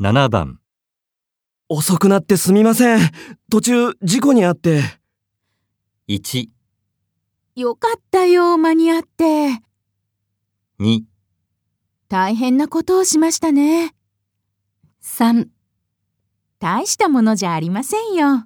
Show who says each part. Speaker 1: 7番、
Speaker 2: 遅くなってすみません。途中、事故にあって。
Speaker 1: 1、
Speaker 3: よかったよ、間に合って。
Speaker 1: 2、
Speaker 3: 大変なことをしましたね。3、大したものじゃありませんよ。